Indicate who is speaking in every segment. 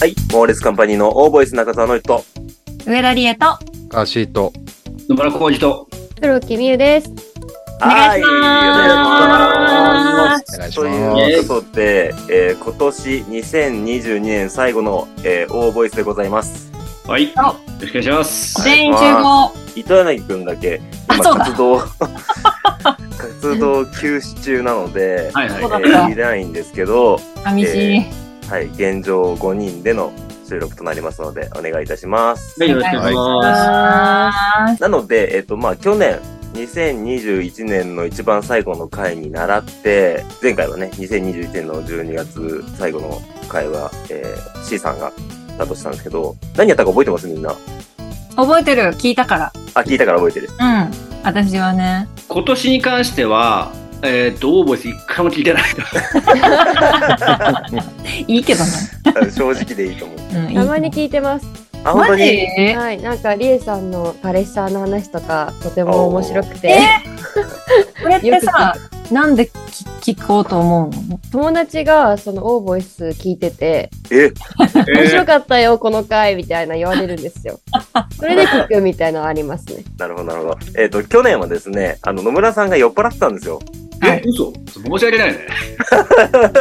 Speaker 1: はい、モーレスカンパニーのオーボイス中澤の人。
Speaker 2: 上田理恵と、
Speaker 3: ガーシーと。
Speaker 4: 野村浩二と。
Speaker 5: 黒木美優です。
Speaker 1: お
Speaker 2: 願いします
Speaker 3: お願いし
Speaker 1: と
Speaker 3: ま
Speaker 1: いうことで、えー今年2022年最後の、えー、オーボイスでございます。
Speaker 4: はい。よ
Speaker 2: お
Speaker 4: ろしくお願いします。
Speaker 2: 全員集合。
Speaker 1: 糸柳くんだけ、
Speaker 2: あそうだ
Speaker 1: 活動、 活動休止中なので、
Speaker 4: はいはい
Speaker 1: え
Speaker 2: そう
Speaker 1: ー
Speaker 2: だっ
Speaker 1: い、
Speaker 2: た
Speaker 1: ないんですけど、
Speaker 2: 寂しい。
Speaker 1: はい、現状5人での収録となりますので、お願いいたします。
Speaker 4: はい、よろしくお願いしま
Speaker 2: あ
Speaker 1: なので、えっ、と、まあ、去年、2021年の一番最後の回に習って、前回はね、2021年の12月最後の回は、えー、C さんがスタートしたんですけど、何やったか覚えてますみんな。
Speaker 2: ー覚えてる聞いたから。
Speaker 1: あ、聞いたから覚えてる。
Speaker 2: うん。私はね。
Speaker 4: す。今年に関しては、えっ、と、オーボイス一回も聞いてない。
Speaker 2: いいけどね。
Speaker 1: 正直でいいと思う。
Speaker 2: うん、いいけど
Speaker 5: たまに聞いてます。
Speaker 1: あ、本当
Speaker 2: マジ
Speaker 1: に
Speaker 2: え
Speaker 5: はい、なんかリエさんの彼氏さんの話とかとても面白くて、
Speaker 2: これってさ、なんで聞聞こうと思うの
Speaker 5: 友達がそのオーボイス聞いてて、
Speaker 1: え、
Speaker 5: 面白かったよこの回みたいな言われるんですよ。それで聞くみたいなのありますね。
Speaker 1: なるほど、なるほど。えっ、と、去年はですね、あの、野村さんが酔っ払ってたんですよ。
Speaker 2: はい
Speaker 4: え、嘘申し訳ないね。
Speaker 2: だか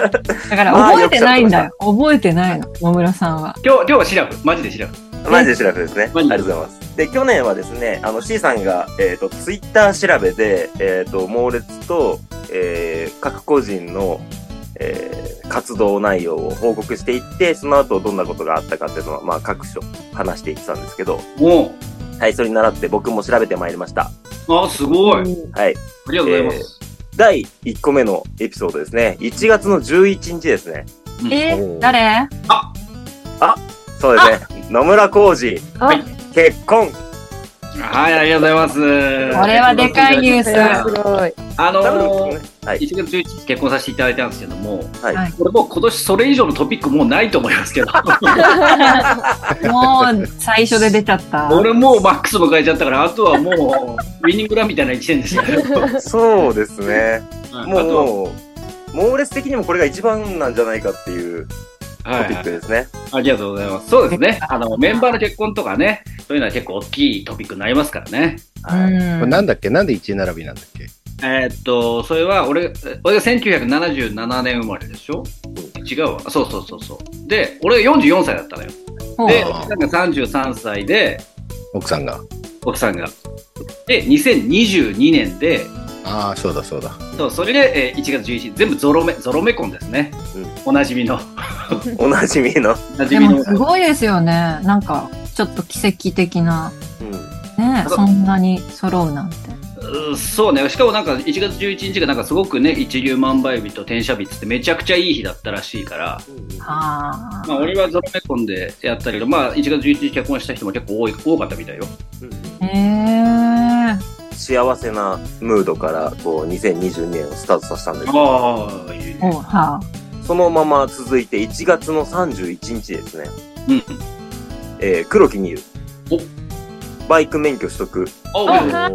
Speaker 2: ら覚えてないんだよ。覚えてないの、野村さんは。
Speaker 4: 今日、今日はシラフ。マジでシラフ。
Speaker 1: マジで調べですね。あ
Speaker 4: マ
Speaker 1: り
Speaker 4: ジで
Speaker 1: がとうございます。で、去年はですね、あの、C さんが、えっ、と、ツイッター調べで、えっ、と、猛烈と、えー各個人の、えー活動内容を報告していって、その後どんなことがあったかっていうのは、まあ、各所話していってたんですけど、
Speaker 4: おう
Speaker 1: はい、それに習って僕も調べてまいりました。
Speaker 4: あ、すごい。あ
Speaker 5: うん
Speaker 1: はい。
Speaker 4: りがとうございます。
Speaker 1: 第1個目のエピソードですね。1月の11日ですね。
Speaker 2: え
Speaker 3: おー
Speaker 2: 誰
Speaker 1: そうですね。野村浩二、
Speaker 5: あ、
Speaker 4: はい
Speaker 1: 結婚。
Speaker 4: はい、ありがとうございます。
Speaker 2: これはでかいニュー
Speaker 5: そ
Speaker 2: ス
Speaker 5: れはすごい。
Speaker 4: あの
Speaker 1: 多分
Speaker 4: ー、
Speaker 1: はい。
Speaker 4: 1月11日結婚させていただいたんですけども、
Speaker 1: はい。
Speaker 2: はい
Speaker 4: これもう今年それ以上のトピックもうないと思います けど、
Speaker 2: もう最初で出ちゃった。
Speaker 4: 俺もうマックス迎えちゃったから、あとはもう、ウィニングランみたいな1年でしたね。
Speaker 1: そうですね。
Speaker 4: あとは
Speaker 1: もう、猛烈的にもこれが一番なんじゃないかっていう
Speaker 4: は
Speaker 1: ト
Speaker 4: い
Speaker 1: ピッ
Speaker 4: はい
Speaker 1: クですね。
Speaker 4: ありがとうございます。そうですね。あの、メンバーの結婚とかね、そういうのは結構大きいトピックになりますからね。
Speaker 1: はい。
Speaker 3: これなんだっけなんで1位並びなんだっけ
Speaker 4: えーっと、それは俺、俺が1977年生まれでしょ違うわ。そうそうそうそう。で、俺が44歳だったのよ。
Speaker 2: うん
Speaker 4: で、
Speaker 3: あー
Speaker 4: 奥さんが33歳で、
Speaker 3: 奥さんが。
Speaker 4: 奥さんが。で、2022年で、
Speaker 3: ああ、そうだそうだ。
Speaker 4: そうそれで、えー1月11日、全部ゾロ目、ゾロ目婚ですね。おなじみの。
Speaker 1: おなじみの。
Speaker 4: おなじ
Speaker 2: で
Speaker 4: み
Speaker 2: も
Speaker 4: の。
Speaker 2: すごいですよね。なんか、ちょっと奇跡的な。
Speaker 1: うん。
Speaker 2: ね
Speaker 4: そう
Speaker 2: そんなに揃うなんて。
Speaker 4: うんそうね、しかもなんか1月11日がなんかすごくね、一粒万倍日と転写日っつってめちゃくちゃいい日だったらしいから、
Speaker 2: あ
Speaker 4: まあ、俺はゾロ目コンでやったけど、まあ、1月11日結婚した人も結構多い多かったみたいよ。
Speaker 2: あ。へえ。
Speaker 1: 幸せなムードから、こう、2022年をスタートさせたんですけど
Speaker 4: ああ、いい
Speaker 2: お
Speaker 4: ね。
Speaker 2: うはあ。
Speaker 1: そのまま続いて1月の31日ですね。
Speaker 4: うん。
Speaker 1: えー、黒木に言う。バイク免許取得。
Speaker 4: お
Speaker 3: おー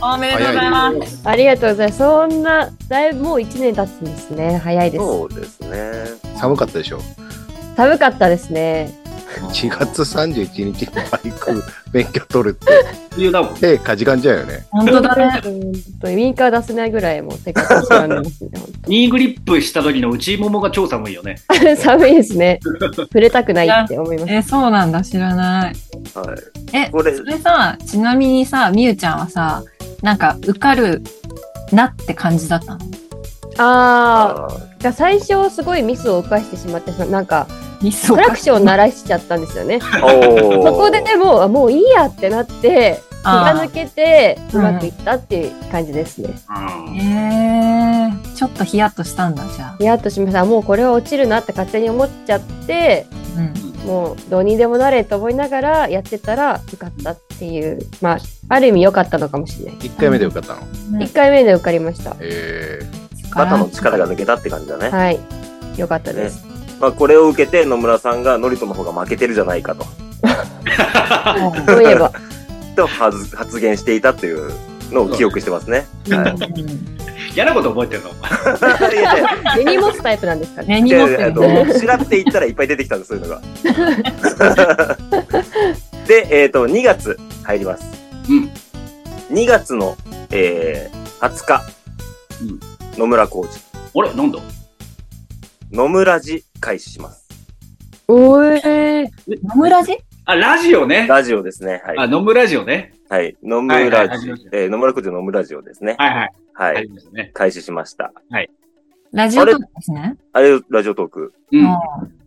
Speaker 2: おめ。
Speaker 3: でとうございます
Speaker 5: ありがとうございます。そんな、だいぶもう1年経つんですね。早いです。
Speaker 1: そうですね。
Speaker 3: 寒かったでしょ
Speaker 5: 寒かったですね。
Speaker 3: ?1 月31日にバイク免許取るっ
Speaker 4: 冬だもんね。
Speaker 3: て手かじかんじゃうよね。
Speaker 2: 本当だね。
Speaker 5: うんと、ウィンカー出せないぐらいもう手がかしかんでますね。本
Speaker 4: ニーグリップした時の内ももが超寒いよね。
Speaker 5: 当 寒いですね。触れたくないって思います。
Speaker 2: え、そうなんだ、知らない。
Speaker 1: はい。
Speaker 2: え、
Speaker 1: これ
Speaker 2: それさ、ちなみにさ、みゆちゃんはさ、なんか受かるなって感じだったの
Speaker 5: あ
Speaker 1: あー
Speaker 5: あ、最初すごいミスを犯してしまって、そのなんか、
Speaker 2: ミス
Speaker 5: ク
Speaker 2: を
Speaker 5: ラクション鳴らしちゃったんですよね。
Speaker 1: おー
Speaker 5: そこででも、あもういいやってなって、気が抜けて、
Speaker 2: あー
Speaker 5: うまくいったっていう感じですね。
Speaker 4: うん
Speaker 2: えー、ちょっとヒヤッとしたんだ、じゃあ。
Speaker 5: いやっとしました。もうこれは落ちるなって勝手に思っちゃって、
Speaker 2: うん。
Speaker 5: もうどうにでもなれと思いながらやってたら受かったっていう、まあ、ある意味良かったのかもしれない。
Speaker 3: 1回目で受かったの。
Speaker 5: 1回目で受かりました。
Speaker 3: えー
Speaker 1: 肩の力が抜けたって感じだね。
Speaker 5: はい。良かったです。
Speaker 1: まあ、これを受けて野村さんがノリトの方が負けてるじゃないかと。
Speaker 2: うん
Speaker 5: そういえば。
Speaker 1: とはず発言していたというのを記憶してますね。はい、
Speaker 2: うん
Speaker 4: 嫌なこと覚えてるのお前
Speaker 1: いやいや
Speaker 5: 根に持つタイプなんですかね。
Speaker 2: 根に持って
Speaker 1: でえっ
Speaker 2: る
Speaker 1: と
Speaker 2: ね。
Speaker 1: 調べていったらいっぱい出てきたんです、そういうの が。で、えっ、と、2月入ります。
Speaker 4: うん
Speaker 1: 2月の、えー、20日、野村浩二、
Speaker 4: あれなんだ
Speaker 1: 野村寺開始します。
Speaker 5: おえ
Speaker 2: 野村寺
Speaker 4: あ、ラジオね。
Speaker 1: ラジオですね。は
Speaker 4: あ、
Speaker 1: い。
Speaker 4: ノムラジオね。
Speaker 1: はい。野
Speaker 4: はいはい
Speaker 1: 村
Speaker 4: あり
Speaker 1: 寺
Speaker 4: まし、た
Speaker 1: えー野村浩二の野村ジオですね。
Speaker 4: はいはい。
Speaker 1: は
Speaker 4: あ
Speaker 1: い。
Speaker 4: りましたね。
Speaker 1: 開始しました。
Speaker 2: ラジオとかですね。
Speaker 1: あれ、ラジオトーク。
Speaker 4: うん。
Speaker 2: うん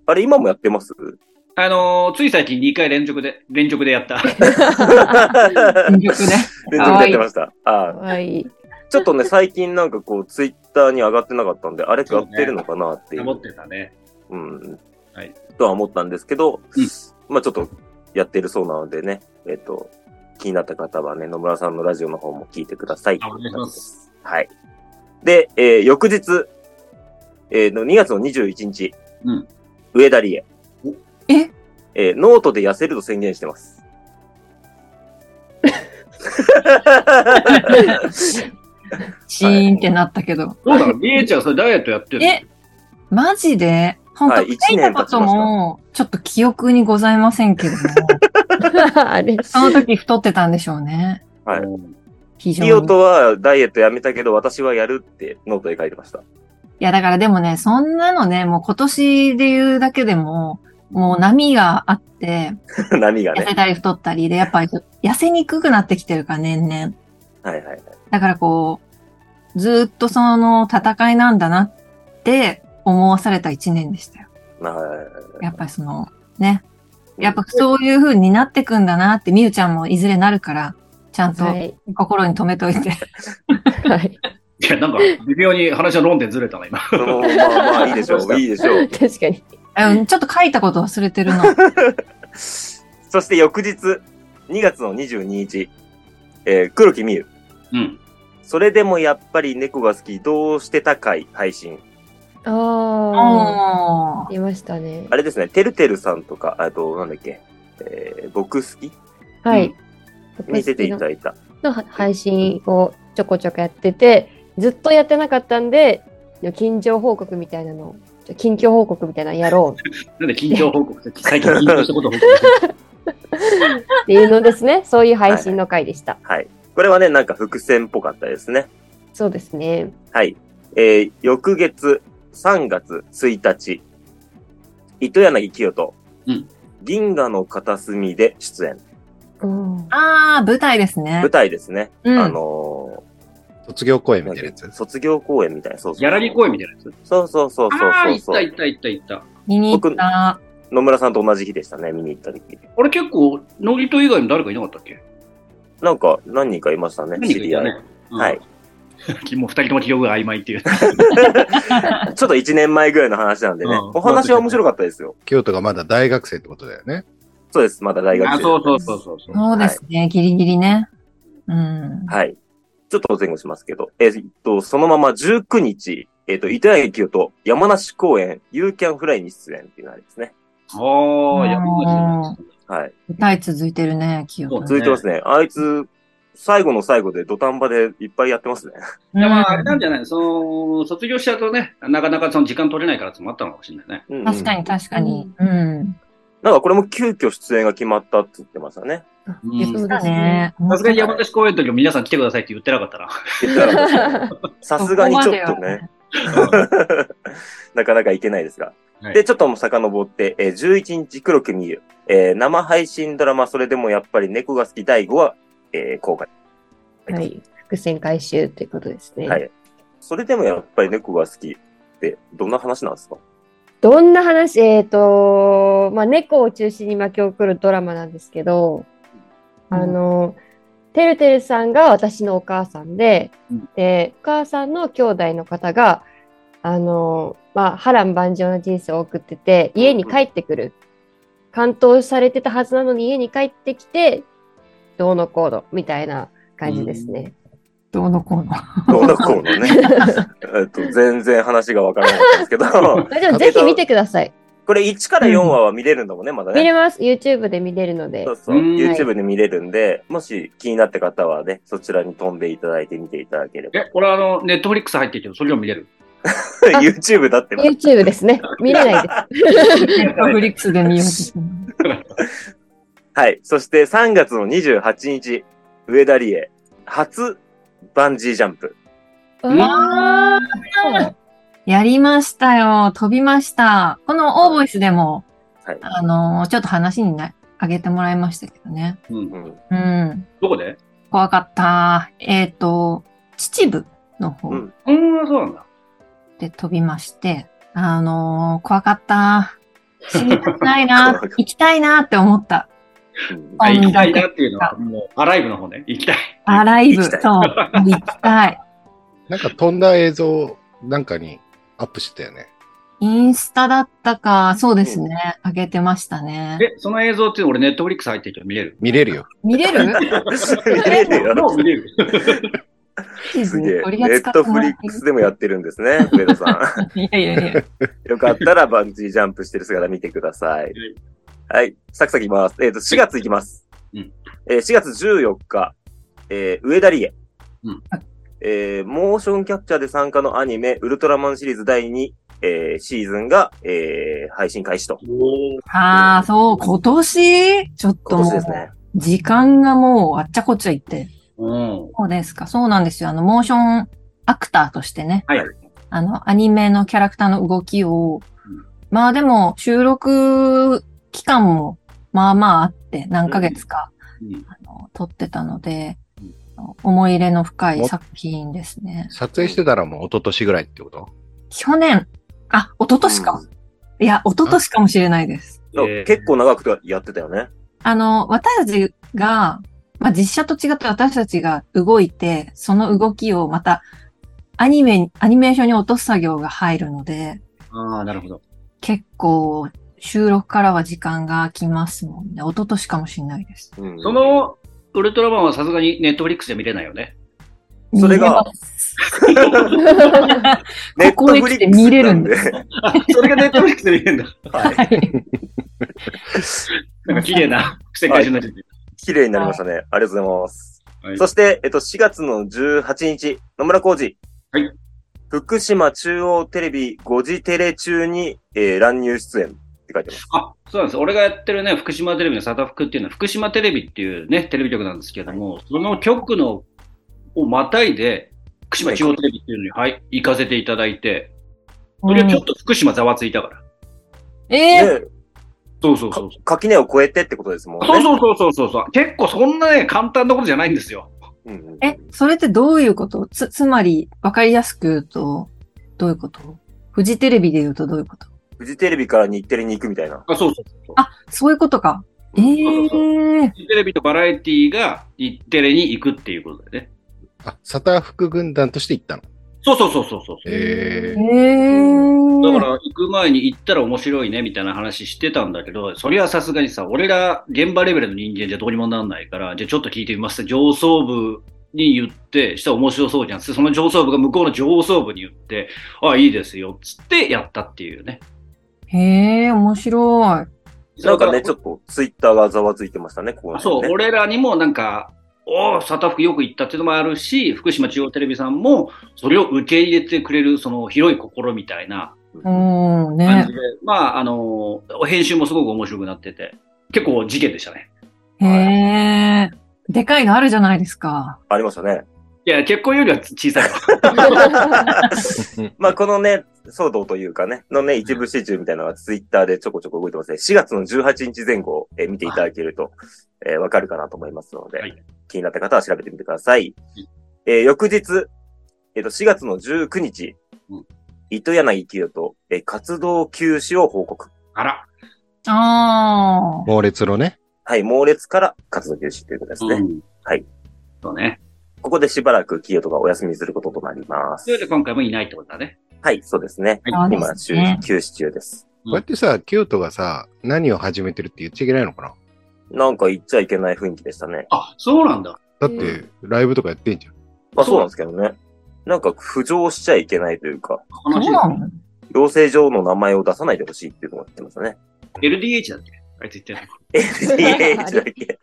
Speaker 1: あれ、今もやってます
Speaker 4: あのーつい最近2回連続で、連続でや った。
Speaker 2: 全力ね。
Speaker 1: 全然やってました。あ
Speaker 5: ー。はい。
Speaker 1: ーちょっとね、最近なんかこう、ツイッターに上がってなかったんで、あれやってるのかなっていう。
Speaker 4: 思ってたね。
Speaker 1: うん
Speaker 4: はい
Speaker 1: とは思ったんですけど、
Speaker 4: うん
Speaker 1: まあちょっとやってるそうなのでね、えっ、と、気になった方はね、野村さんのラジオの方も聞いてください。
Speaker 4: あお願いします。
Speaker 1: はい。で、えー翌日、えーの2月の21日、
Speaker 4: うん
Speaker 1: 上田理恵。
Speaker 2: え
Speaker 1: えーノートで痩せると宣言してます。
Speaker 2: シーンってなったけど。
Speaker 4: そうだ、りえちゃん、それダイエットやってるの
Speaker 2: え、マジで本当、
Speaker 1: は
Speaker 2: 書
Speaker 1: い
Speaker 2: いたことも、ちょっと記憶にございませんけ ども、
Speaker 5: あれ。
Speaker 2: その時太ってたんでしょうね。
Speaker 1: はい
Speaker 4: うん
Speaker 2: 非常
Speaker 1: リオ
Speaker 2: に。い
Speaker 1: とはダイエットやめたけど、私はやるってノートで書いてました。
Speaker 2: や、だからでもね、そんなのね、もう今年で言うだけでも、もう波があって、
Speaker 1: 波が
Speaker 2: 痩
Speaker 1: ね。
Speaker 2: せたり太ったりで、やっぱり痩せにくくなってきてるから、年々。
Speaker 1: はいはい。
Speaker 2: だからこう、ずーっとその戦いなんだなって思わされた一年でしたよ。
Speaker 1: はい
Speaker 2: やっぱりその、ね。やっぱそういう風になってくんだなって、みゆちゃんもいずれなるから、ちゃんと
Speaker 5: はい。
Speaker 2: 心に留めといて。
Speaker 5: はい。
Speaker 4: いや、なんか、微妙に話の論点ずれたな、今。
Speaker 1: そのまあまあいいでしょう、いいでしょう。
Speaker 5: 確かに。
Speaker 2: うん、ちょっと書いたこと忘れてるの。
Speaker 1: そして翌日、2月の22日、えー黒木美優。
Speaker 4: うん。
Speaker 1: それでもやっぱり猫が好き、どうして高い配信。
Speaker 5: あ
Speaker 2: お
Speaker 5: あ。
Speaker 2: ー。
Speaker 5: いましたね
Speaker 1: あ。れですね、てるてるさんとか、あと、なんだっけ、えー僕好き
Speaker 5: はい。
Speaker 1: に出ていただいた。
Speaker 5: の配信をちょこちょこやっててずっとやってなかったんで近況報告みたいなのちょ近況報告みたいなのやろう
Speaker 4: なんで緊張報告って、最近緊張したこと報告
Speaker 5: っていうので すねそういう配信の回でした、
Speaker 1: はい。これはね、なんか伏線っぽかったですね。
Speaker 5: そうですね
Speaker 1: はい。えー翌月、3月1日、糸柳清人。
Speaker 4: うん
Speaker 1: 銀河の片隅で出演。
Speaker 5: うん
Speaker 2: あー、舞台ですね
Speaker 1: 舞。台ですね。
Speaker 2: うん
Speaker 1: あの
Speaker 3: 卒業公演
Speaker 1: ー、な
Speaker 3: みたいなや
Speaker 1: ん
Speaker 3: つ
Speaker 1: か。卒業公演みたいな、そうそうそう
Speaker 4: ギャラリー公演みたいなやつ。
Speaker 1: そうそうそうそう
Speaker 4: ああ、
Speaker 1: そう
Speaker 4: 行っ
Speaker 1: そ
Speaker 4: た
Speaker 1: う
Speaker 4: 行った行った行った。
Speaker 2: 見に行った。
Speaker 1: 野村さんと同じ日でしたね、見に行った時。
Speaker 4: あれ結構、ノリト以外に誰かいなかったっけ
Speaker 1: なんか何人かいましたね、
Speaker 4: 何
Speaker 1: 知
Speaker 4: 人かい
Speaker 1: り
Speaker 4: た
Speaker 1: 合
Speaker 4: ね
Speaker 1: い。。はい。
Speaker 4: うん もう二人とも記憶が曖昧っていう。
Speaker 1: ちょっと1年前ぐらいの話なんでね、
Speaker 4: うん
Speaker 1: お話は面白かったですよ。
Speaker 3: 京都がまだ大学生ってことだよね。
Speaker 1: そうです、まだ大学
Speaker 4: あ、
Speaker 1: 生。
Speaker 4: そうそうそうそうそう。
Speaker 2: そうですね、ギリギリね。うん。
Speaker 1: はい。ちょっと前後しますけど、えっと、そのまま19日、えっと、糸谷清と山梨公演、You Can Fly に出演っていうのがありますね。
Speaker 4: ああ、やばい
Speaker 1: はい。
Speaker 2: 舞台続いてるね、記憶。
Speaker 1: 続いてますね。あいつ、最後の最後で土壇場でいっぱいやってますね。
Speaker 2: う
Speaker 4: い
Speaker 2: ん
Speaker 4: やまあ、あれなんじゃないのその、卒業しちゃうとね、なかなかその時間取れないからってのもあったのかもしれないね。
Speaker 1: うんうん
Speaker 2: 確かに確かに。うん。
Speaker 1: なんかこれも急遽出演が決まったって言ってましたね。
Speaker 4: うん
Speaker 5: そう
Speaker 2: だ
Speaker 5: です
Speaker 2: ね
Speaker 5: ね。
Speaker 4: さすがに山梨公演の時も皆さん来てくださいって言ってなかったな。
Speaker 1: 言ってなかったですねさすがにちょっ
Speaker 2: そ
Speaker 1: と
Speaker 2: こまで
Speaker 1: ね、なかなかいけないですが。
Speaker 4: はい
Speaker 1: で、ちょっともう遡って、えー11日黒木美優、えー生配信ドラマ、それでもやっぱり猫が好き第5話、えー公開。
Speaker 5: はい伏線回収ということですね、
Speaker 1: はいそれでもやっぱり猫が好きって、どんな話なんです か
Speaker 5: どんな話えっ、とまあ猫を中心に巻き起こるドラマなんですけど、
Speaker 2: うん
Speaker 5: あのてるてるさんが私のお母さんで、
Speaker 4: うん
Speaker 5: でお母さんの兄弟の方があのまあ波乱万丈な人生を送ってて家に帰ってくる関東されてたはずなのに家に帰ってきてどうのこうのみたいな感じですね。
Speaker 2: どうのこうの。
Speaker 1: どうのこうの ね。えっと、全然話がわからなかったんですけど、
Speaker 5: 大丈夫ぜひ見てください。
Speaker 1: これ1から4話は見れるんだもんね、まだ
Speaker 5: 見
Speaker 1: ね。
Speaker 5: れます YouTube で見れるので
Speaker 1: そうそう。
Speaker 4: うん
Speaker 1: YouTube で見れるんで、もし気になった方はね、そちらに飛んでいただいて見ていただけれ ば。
Speaker 4: え、俺あの、ネットフリックス入ってるけど、それでも見れる。
Speaker 1: YouTube だって。
Speaker 5: YouTube ですね見れないです
Speaker 2: ネットフリックスで見ようとしても
Speaker 1: はい。そして3月の28日、上田理恵、初バンジージャンプ。
Speaker 4: ん
Speaker 5: あー
Speaker 2: やりましたよ。飛びました。このオーボイスでも、
Speaker 1: はい
Speaker 2: あのーちょっと話になあげてもらいましたけどね。
Speaker 4: うん
Speaker 1: う。ん。
Speaker 2: うん。
Speaker 4: どこで
Speaker 2: 怖かった。えっ、と、秩父の方
Speaker 1: うん
Speaker 4: うーん、そうなんだ。
Speaker 2: で飛びまして、あのー怖かった。死にたくないな
Speaker 1: 怖かっ。た
Speaker 2: 行きたいなって思った。
Speaker 1: うん
Speaker 4: あ行きたいなっていうのは、もう、アライブの方ね。行きたい。
Speaker 2: アライブ。
Speaker 1: 行
Speaker 2: そ。
Speaker 1: きたいう
Speaker 2: 行きたい。
Speaker 3: なんか飛んだ映像なんかにアップしてたよね。
Speaker 2: インスタだったか、そうですね。あげてましたね。
Speaker 4: で、その映像っていうの俺、ネットフリックス入ってるけど、見れ る。
Speaker 3: 見れるよ。
Speaker 2: 見れる
Speaker 1: 見れる
Speaker 4: もう
Speaker 1: よ。
Speaker 4: 見れる。
Speaker 1: すげえ。ネットフリックスでもやってるんです ね、上田さ
Speaker 2: いやいや
Speaker 1: ん。
Speaker 2: いや。
Speaker 1: よかったらバンジージャンプしてる姿見てください。はい。サクサクいきます。えっ、と、4月いきます。
Speaker 4: うん
Speaker 1: えー4月14日、えー上田理恵。
Speaker 4: うん
Speaker 1: えーモーションキャプチャーで参加のアニメ、ウルトラマンシリーズ第2、えーシーズンが、えー配信開始と。
Speaker 4: おー
Speaker 2: ああ、そう、今年ちょっと
Speaker 1: 今
Speaker 2: も
Speaker 1: 年
Speaker 2: う、
Speaker 1: ですね。
Speaker 2: 時間がもうあっちゃこっちゃ行って。
Speaker 4: うん。
Speaker 2: そうですか、そうなんですよ。あの、モーションアクターとしてね、
Speaker 4: はい。
Speaker 2: あの、アニメのキャラクターの動きを、まあでも、収録期間も、まあまああって、何ヶ月か、
Speaker 4: うん
Speaker 2: あの撮ってたので
Speaker 4: うん、
Speaker 2: 思い入れの深い作品ですね。
Speaker 3: 撮影してたらもう一昨年ぐらいってこと
Speaker 2: 去年、あ、一昨年か。いや、一昨年かもしれないです。
Speaker 1: そう
Speaker 4: えー
Speaker 1: 結構長くやってたよね。
Speaker 2: あの、私たちが、まあ、実写と違って私たちが動いて、その動きをまたアニメに、アニメーションに落とす作業が入るので、
Speaker 4: ああ、なるほど。
Speaker 2: 結構収録からは時間が空きますもんね。一昨年かもしれないです。
Speaker 1: うん
Speaker 4: その、ウルトラマンはさすがにネットフリックスで見れないよね。
Speaker 1: それが
Speaker 2: 見ます、
Speaker 1: ネッ
Speaker 2: こ
Speaker 1: ト
Speaker 2: こへ
Speaker 1: フ
Speaker 2: 来
Speaker 1: リ
Speaker 2: て
Speaker 1: ック
Speaker 2: 見
Speaker 1: ス
Speaker 2: れる
Speaker 1: なんん
Speaker 2: で
Speaker 1: で。
Speaker 2: す
Speaker 4: あ それがネットフリックスで見れるんだ。
Speaker 2: はい。
Speaker 4: なんか綺麗な世界中の人々
Speaker 1: 綺麗になりましたね。ありがとうございます。
Speaker 4: はい
Speaker 1: そして、えっと、4月の18日、野村浩二。
Speaker 4: はい。
Speaker 1: 福島中央テレビ5時テレ中に、えー乱入出演って書いてます。
Speaker 4: あ、そうなんです。俺がやってるね、福島テレビのサタフクっていうのは、福島テレビっていうね、テレビ局なんですけども、その局の、をまたいで、福島中央テレビっていうのに、はい、行かせていただいて、それはちょっと福島ざわついたから。
Speaker 2: えー、
Speaker 1: ね
Speaker 4: そうそうそうそう。
Speaker 1: 垣根を越えてってことですもんね。
Speaker 4: そうそうそうそうそう。結構そんなね、簡単なことじゃないんですよ。
Speaker 1: うんうんうん
Speaker 2: え、それってどういうことつ、つまり、わかりやすく言うと、どういうことフジテレビで言うとどういうこと
Speaker 1: フジテレビから日テレに行くみたいな。
Speaker 4: あ、そうそうそうそう。
Speaker 2: あ、そういうことか。え
Speaker 4: そうそう
Speaker 2: えー。
Speaker 4: テレビとバラエティが日テレに行くっていうことだよね。
Speaker 3: あ、サター副軍団として行ったの。
Speaker 4: そうそうそうそうそう。
Speaker 3: えー、
Speaker 2: え
Speaker 4: だか
Speaker 2: ー。
Speaker 4: ら行く前に行ったら面白いねみたいな話してたんだけど、それはさすがにさ、俺ら現場レベルの人間じゃどうにもなんないから、じゃあちょっと聞いてみますって上層部に言って、したら面白そうじゃんっつって、その上層部が向こうの上層部に言って、あ、いいですよっつってやったっていうね。
Speaker 2: へえ、面白い。
Speaker 1: なんかね、ち
Speaker 4: ょっ
Speaker 1: ょっとツイッターがざわついてましたね、ここ、ね、
Speaker 4: そう、俺らにもなんか、おお、サタフクよく行ったっていうのもあるし、福島中央テレビさんも、それを受け入れてくれる、その広い心みたいな、
Speaker 2: うん、
Speaker 4: 感
Speaker 2: ね
Speaker 4: じ。で、まあ、あの編集もすごく面白くなってて、結構事件でしたね。
Speaker 2: へえ。でかいのあるじゃないですか。
Speaker 1: ありましたね。
Speaker 4: いや、結婚よりは小さい わ。
Speaker 1: まあ、このね、騒動というかね、のね、一部始終みたいなのはツイッターでちょこちょこ動いてますね。4月の18日前後、えー見ていただけると、えーわかるかなと思いますので、
Speaker 4: はい
Speaker 1: 気になった方は調べてみてください
Speaker 4: うん。
Speaker 1: えー翌日、えっ、と、4月の19日、
Speaker 4: うん
Speaker 1: 糸柳清と、えー活動休止を報告。
Speaker 4: あら。
Speaker 2: ああ。
Speaker 3: 猛烈のね。
Speaker 1: はい、猛烈から活動休止ということですね。
Speaker 4: うん
Speaker 1: はい。
Speaker 4: そうね。
Speaker 1: ここでしばらく清とがお休みすることとなりま
Speaker 4: それ
Speaker 1: す
Speaker 4: で。今回もいないってことだね。
Speaker 1: はい、そうですね。
Speaker 2: そうで
Speaker 1: 今、
Speaker 2: す
Speaker 1: 休
Speaker 2: ね
Speaker 1: 休止中です。
Speaker 4: う
Speaker 3: こ
Speaker 4: ん
Speaker 3: うやってさ、キュートがさ、何を始めてるって言っちゃいけないのかな
Speaker 1: なんか言っちゃいけない雰囲気でしたね。
Speaker 4: あ、そうなんだ。
Speaker 3: だって、ライブとかやってんじゃん。
Speaker 1: まあそうなんですけどね。なんか浮上しちゃいけないというか、
Speaker 2: そう
Speaker 4: 話
Speaker 2: なの
Speaker 1: 養成所の名前を出さないでほしいっていうのが言ってましたね。
Speaker 4: LDH だっけあいつ言ってんの
Speaker 1: LDH だっけ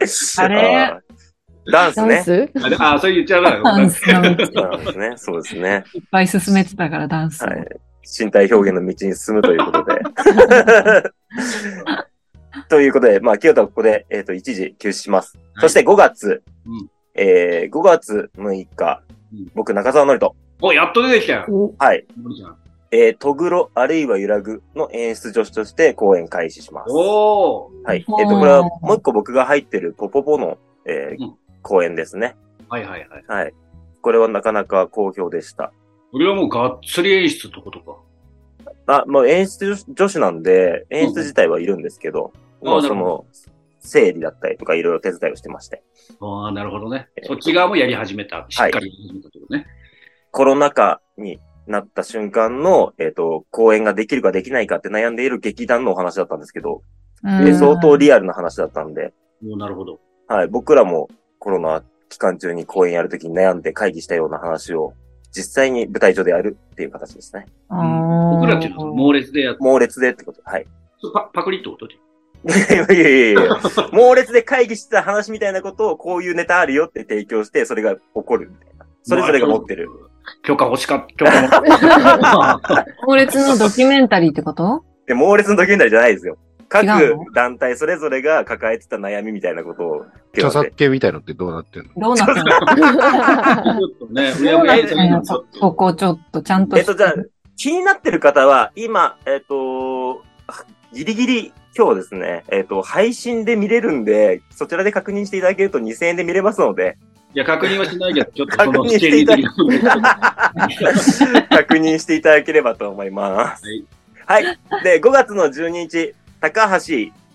Speaker 2: あれ
Speaker 1: ーダンス
Speaker 5: ダ
Speaker 1: ね
Speaker 5: ン。ス
Speaker 4: あであー、それ言っちゃうから。
Speaker 2: ダンスの道
Speaker 1: ダンスね。そうですね。
Speaker 2: いっぱい進めてたから、ダンスを。
Speaker 1: はい。身体表現の道に進むということで。ということで、まあ、清田はここで、えっ、と、一時休止します。
Speaker 4: はい
Speaker 1: そして5月、
Speaker 4: うん
Speaker 1: えー、5月6日、
Speaker 4: うん
Speaker 1: 僕、中澤のりと、
Speaker 4: お、やっと出てきたよ。
Speaker 5: お
Speaker 1: はい、
Speaker 4: 森ちゃん
Speaker 1: えー、トグロあるいは揺らぐの演出助手として公演開始します。
Speaker 4: おー。
Speaker 1: はい。
Speaker 2: おー
Speaker 1: えっ、と、これはもう一個僕が入ってるポポポの、えー
Speaker 4: うん
Speaker 1: 公演ですね。
Speaker 4: はいはいはい。
Speaker 1: はい。これはなかなか好評でした。
Speaker 4: 俺はもうがっつり演出ってことか。
Speaker 1: あ、まあ演出助手なんで、演出自体はいるんですけど、
Speaker 4: うん
Speaker 1: まあ
Speaker 4: あ
Speaker 1: そ
Speaker 4: なるほ
Speaker 1: の、整理だったりとかいろいろ手伝いをしてまして。
Speaker 4: ああ、なるほどね
Speaker 1: え。ー
Speaker 4: そっち側もやり始めた。しっかりやり始めたってことね。
Speaker 1: コロナ禍になった瞬間の、えっ、と、公演ができるかできないかって悩んでいる劇団のお話だったんですけど、
Speaker 2: うん
Speaker 1: で相当リアルな話だったんで、
Speaker 4: もうなるほど。
Speaker 1: はい、僕らもコロナ期間中に公演やるときに悩んで会議したような話を、実際に舞台上でやるっていう形ですね。
Speaker 2: うん
Speaker 4: 僕らっていうのは猛烈でやっ
Speaker 1: 猛烈でってこと。はい。
Speaker 4: パパクリってことで。
Speaker 1: いやいやいやいや 猛烈で会議してた話みたいなことを、こういうネタあるよって提供して、それが起こるみたいな。それぞれが持ってる。。
Speaker 4: 許可欲しかった。許可欲しかった。
Speaker 2: 猛烈のドキュメンタリーってこと
Speaker 1: で、猛烈のドキュメンタリーじゃないですよ。各
Speaker 2: 違うの
Speaker 1: 団体それぞれが抱えてた悩みみたいなことを
Speaker 3: 著
Speaker 1: 今日
Speaker 3: 作権みたいのってどうなってんの
Speaker 2: どうなったの
Speaker 4: ちょっとね、うやむやになっちゃ
Speaker 2: そうここちょっとちゃんと。
Speaker 1: えっと、じゃあ、気になってる方は、今、えっ、と、ギリギリ今日ですね、えっ、と、配信で見れるんで、そちらで確認していただけると2000円で見れますの で、
Speaker 4: いや、確認はしないけど、ちょっとその
Speaker 1: 確認していただ
Speaker 4: 権利的な
Speaker 1: 確認していただければと思います。はい。で、5月の12日、高橋、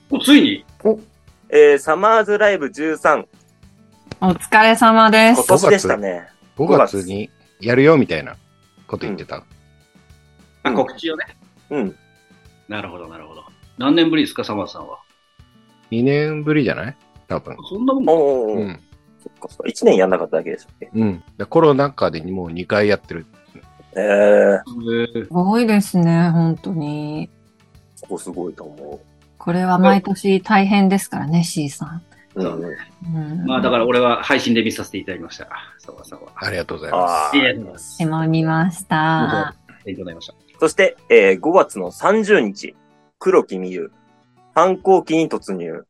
Speaker 4: もうついに、
Speaker 1: えーサマーズライブ13、
Speaker 2: お疲れ様で
Speaker 1: 今
Speaker 2: す。
Speaker 1: 年でしたね。
Speaker 3: ?5 月にやるよみたいなこと言ってた。
Speaker 4: あ、告知をね。
Speaker 1: うん。
Speaker 4: なるほど、なるほど。何年ぶりですか、サマーさんは。
Speaker 3: 2年ぶりじゃない多分。
Speaker 4: そんなもんか
Speaker 1: お
Speaker 3: う
Speaker 1: ー、
Speaker 3: ん。
Speaker 1: そっかそっか。1年やんなかっただけでしたっけ。
Speaker 3: うん。でコロナ禍でもう2回やってる。
Speaker 1: えー、
Speaker 4: へえ
Speaker 2: すごいですね、本当に。
Speaker 1: ここすごいと思
Speaker 2: これは毎年大変ですからね、C さん。
Speaker 1: う。
Speaker 4: そう
Speaker 1: うん。
Speaker 2: うん、
Speaker 4: まあ、だから俺は配信で見させていただきました。サマーさんは。
Speaker 3: ありがとうございます。
Speaker 1: あ
Speaker 4: いえ
Speaker 1: ー
Speaker 2: 私も見ました。
Speaker 4: 勉強になりました。
Speaker 1: そして、えー5月の30日、黒木美優、反抗期に突入。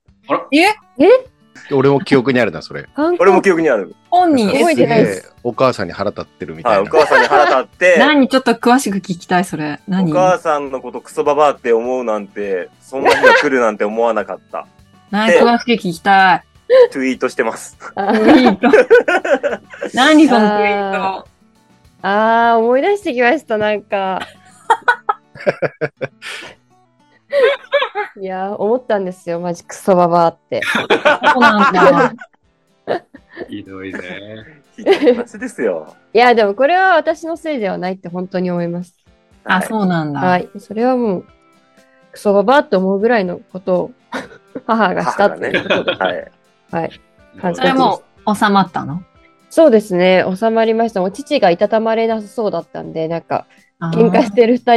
Speaker 3: 俺も記憶にあるな、それ。
Speaker 5: 韓
Speaker 1: 俺も
Speaker 5: 国
Speaker 1: 記憶にある。
Speaker 2: 本人
Speaker 5: 覚え
Speaker 2: で
Speaker 5: てないです
Speaker 3: げえお母さんに腹立ってるみ
Speaker 1: は
Speaker 3: た
Speaker 1: い、お
Speaker 3: いな。
Speaker 1: 母さんに腹立って、
Speaker 2: 何ちょっと詳しく聞きたい、それ。
Speaker 1: お
Speaker 2: 何
Speaker 1: 母さんのことクソババアって思うなんて、そんな日が来るなんて思わなかった。
Speaker 2: 何詳しく聞きた
Speaker 1: ツイートしてます。
Speaker 5: あ
Speaker 2: い。ツイ
Speaker 5: ー
Speaker 2: ート。何そのツイート。
Speaker 5: あー思い出してきましたな んかいやー思ったんですよマジクソババア って
Speaker 2: そうなんだ。
Speaker 4: ひどいね。
Speaker 1: ひどい話ですよ。
Speaker 5: いやでもこれは私のせいではないって本当に思います
Speaker 2: あ、
Speaker 1: う。
Speaker 2: そうなんだ。
Speaker 5: はいそれはもうクソババアって思うぐらいのこと を母がし
Speaker 1: 母
Speaker 5: た
Speaker 1: が
Speaker 5: って
Speaker 1: ね。
Speaker 5: いうことで、
Speaker 1: はい。
Speaker 5: はい
Speaker 4: なるほど
Speaker 2: それもう収まったの
Speaker 5: そうですね収まりましたお父がいたたまれなさそうだったんでなんか
Speaker 2: あー
Speaker 5: 喧嘩してる2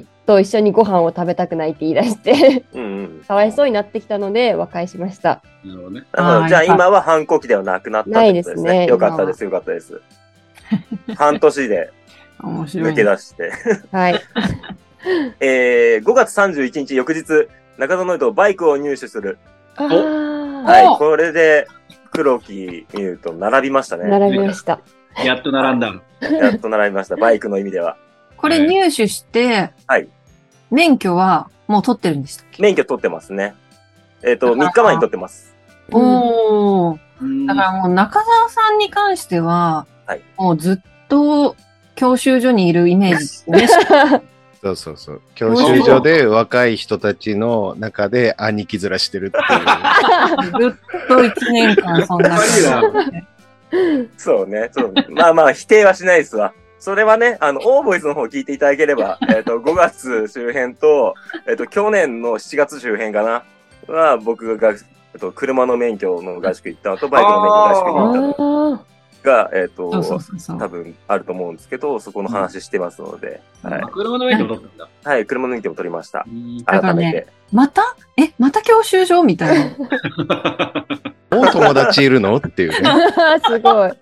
Speaker 5: 人と一緒にご飯を食べたくないって言い出して
Speaker 1: うんうん。
Speaker 5: かわいそうになってきたので和解しました
Speaker 4: なるほどね。
Speaker 1: なるほ
Speaker 2: あ
Speaker 1: ど
Speaker 2: ー
Speaker 1: じゃあ今は反抗期ではなくなったってことです
Speaker 5: ないです
Speaker 1: ね。
Speaker 5: ね
Speaker 1: よかったです、よかったです。半年で
Speaker 2: 面白
Speaker 1: 抜
Speaker 2: い
Speaker 1: け
Speaker 2: ね。
Speaker 1: 出して。
Speaker 5: はい
Speaker 1: えー、5月31日翌日、中野の人バイクを入手する。
Speaker 5: あ
Speaker 2: お
Speaker 5: ー
Speaker 1: はい、これで、黒木美優と並びましたね。
Speaker 5: 並びました
Speaker 4: やっと並んだ。
Speaker 1: やっと並び ました、バイクの意味では。
Speaker 2: これ入手して、
Speaker 1: はい
Speaker 2: 免許はもう取ってるんでしたっけ
Speaker 1: 免許取ってますね。えっ、
Speaker 2: あ
Speaker 1: と、
Speaker 2: ー
Speaker 1: 3日前に取ってます。
Speaker 2: おー。
Speaker 4: うん
Speaker 2: だからもう中澤さんに関しては、
Speaker 1: はい
Speaker 2: もうずっと教習所にいるイメージですね。
Speaker 3: そうそうそう。教習所で若い人たちの中で兄貴面してるっていう。
Speaker 2: ずっと1年間そんな感じ で。
Speaker 1: そうね。そうまあまあ、否定はしないですわ。それはね、あの、オーボイスの方聞いていただけれ ば、えっと、5月周辺と、えっ、と、去年の7月周辺かな、は、僕が、えっと、車の免許の合宿行ったのと、バイクの免許の合宿に行ったの
Speaker 5: あ
Speaker 1: が、えっ、と
Speaker 2: そうそうそうそう。
Speaker 1: 多分あると思うんですけど、そこの話してますので、はい
Speaker 4: あ。車の免許取ったんだ。
Speaker 1: はい、車の免許も取りました。
Speaker 4: うん
Speaker 2: だか
Speaker 1: 改
Speaker 2: ら
Speaker 1: め
Speaker 2: ね
Speaker 1: て。
Speaker 2: またえ、また教習所みたいな。
Speaker 3: お友達いるのってい うね。
Speaker 5: すごい。